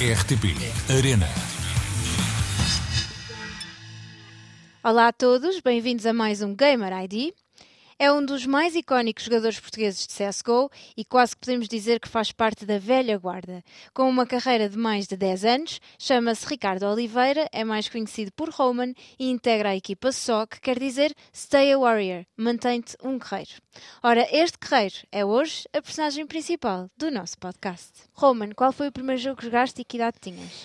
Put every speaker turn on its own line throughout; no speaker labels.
RTP Arena.
Olá a todos, bem-vindos a mais um Gamer ID. É um dos mais icónicos jogadores portugueses de CSGO e quase que podemos dizer que faz parte da velha guarda. Com uma carreira de mais de 10 anos, chama-se Ricardo Oliveira, é mais conhecido por Roman e integra a equipa SO, que quer dizer Stay a Warrior, mantém-te um guerreiro. Ora, este guerreiro é hoje a personagem principal do nosso podcast. Roman, qual foi o primeiro jogo que jogaste e que idade tinhas?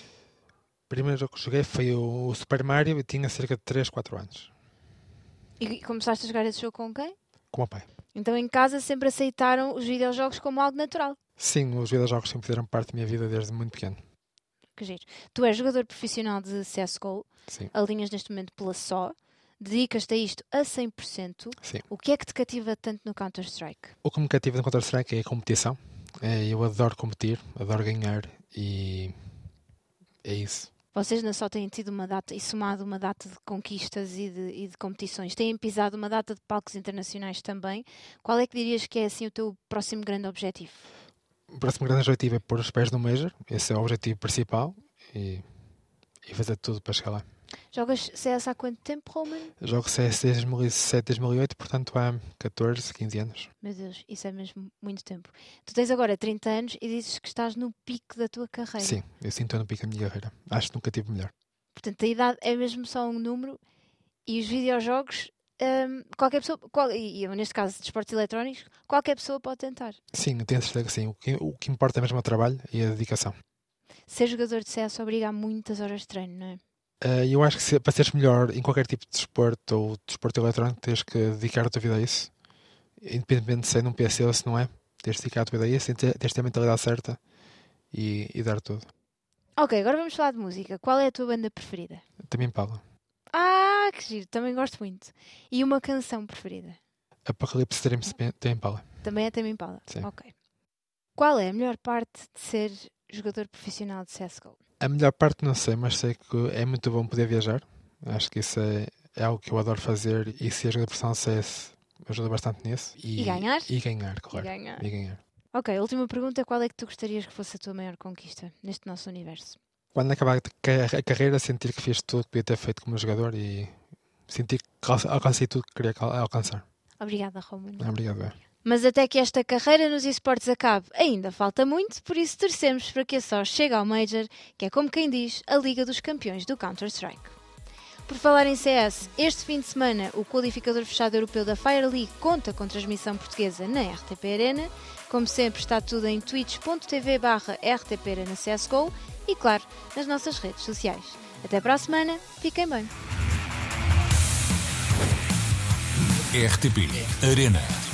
O primeiro jogo que joguei foi o Super Mario e tinha cerca de 3, 4 anos.
E começaste a jogar esse jogo com quem?
Com o meu pai.
Então em casa sempre aceitaram os videojogos como algo natural.
Sim, os videojogos sempre fizeram parte da minha vida desde muito pequeno.
Que giro. Tu és jogador profissional de CSGO,
Sim.
alinhas neste momento pela só, dedicas-te a isto a 100%.
Sim.
O que é que te cativa tanto no Counter-Strike?
O que me cativa no Counter-Strike é a competição. É, eu adoro competir, adoro ganhar e é isso.
Vocês não só têm tido uma data e somado uma data de conquistas e de, e de competições, têm pisado uma data de palcos internacionais também. Qual é que dirias que é assim o teu próximo grande objetivo?
O próximo grande objetivo é pôr os pés no Major, esse é o objetivo principal e, e fazer tudo para chegar lá.
Jogas CS há quanto tempo, Roman?
Jogo CS desde 2007, 2008, portanto há 14, 15 anos.
Meu Deus, isso é mesmo muito tempo. Tu tens agora 30 anos e dizes que estás no pico da tua carreira.
Sim, eu sinto no pico da minha carreira. Acho que nunca tive melhor.
Portanto, a idade é mesmo só um número e os videojogos, hum, qualquer pessoa, qual- e eu neste caso de esportes eletrónicos, qualquer pessoa pode tentar.
Sim, eu tenho certeza que sim. O que, o que importa mesmo é o trabalho e a dedicação.
Ser jogador de CS obriga a muitas horas de treino, não é?
Ah, eu acho que se- para seres melhor em qualquer tipo de desporto ou desporto eletrónico, tens que dedicar a tua vida a isso. Independente se é num PC ou se não é, tens de dedicar a tua vida a isso, tens de ter a mentalidade certa e, e dar tudo.
Ok, agora vamos falar de música. Qual é a tua banda preferida?
Também Paula.
Ah, que giro, também gosto muito. E uma canção preferida?
Apocalipse Dream tem Paula.
Também é Tame Impala.
Sim.
Ok. Qual é a melhor parte de ser jogador profissional de CSGO?
A melhor parte não sei, mas sei que é muito bom poder viajar. Acho que isso é, é algo que eu adoro fazer e se a pressão CS ajuda bastante nisso.
E ganhar?
E ganhar, claro.
E ganhar.
E ganhar.
Ok, a última pergunta: qual é que tu gostarias que fosse a tua maior conquista neste nosso universo?
quando acabar a ca- a carreira, sentir que fiz tudo o que podia ter feito como jogador e sentir que alca- alcancei tudo que queria cal- alcançar.
Obrigada, Roman.
Obrigado. é.
Mas até que esta carreira nos esportes acabe, ainda falta muito, por isso torcemos para que a só chegue ao Major, que é como quem diz, a Liga dos Campeões do Counter-Strike. Por falar em CS, este fim de semana o qualificador fechado europeu da Fire League conta com transmissão portuguesa na RTP Arena. Como sempre, está tudo em twitch.tv barra RTP Arena CSGO e, claro, nas nossas redes sociais. Até para a semana, fiquem bem!
RTP Arena.